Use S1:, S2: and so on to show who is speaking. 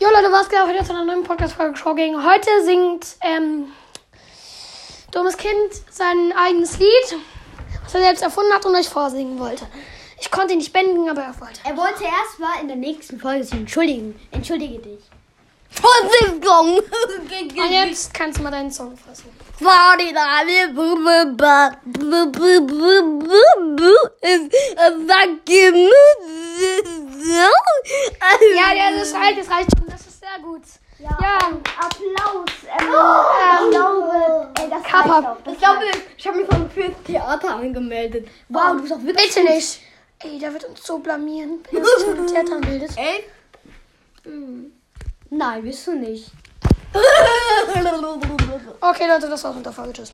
S1: Jo Leute, was geht ab? Heute zu einer neuen Podcast-Folge Show gegen. Heute singt ähm, Dummes Kind sein eigenes Lied, was er selbst erfunden hat und euch vorsingen wollte. Ich konnte ihn nicht bändigen, aber er wollte.
S2: Er wollte erst mal in der nächsten Folge sich entschuldigen. Entschuldige dich.
S3: Vorsitzung!
S1: Und jetzt kannst du mal deinen Song fassen.
S3: Sorry, Daniel. Bu- bu- ba- bu- bu- bu- bu- bu- es- es sagt Gemüse.
S1: Ja, ja,
S3: altså
S1: das reicht, das reicht schon. Das ist sehr gut. Ja.
S2: Applaus. Ähm, ich glaube, äh, das
S1: Kappa.
S2: reicht auch. Das
S3: Ich glaube, ich habe mich vom fürs Theater angemeldet. Wow, du bist auch wirklich.
S1: bitte nicht. Ey, der wird uns so blamieren, wenn er sich mit dem Theater anmeldet.
S3: Ey.
S2: Nein, bist du nicht.
S1: Okay, Leute, das war's mit der Folge. Tschüss.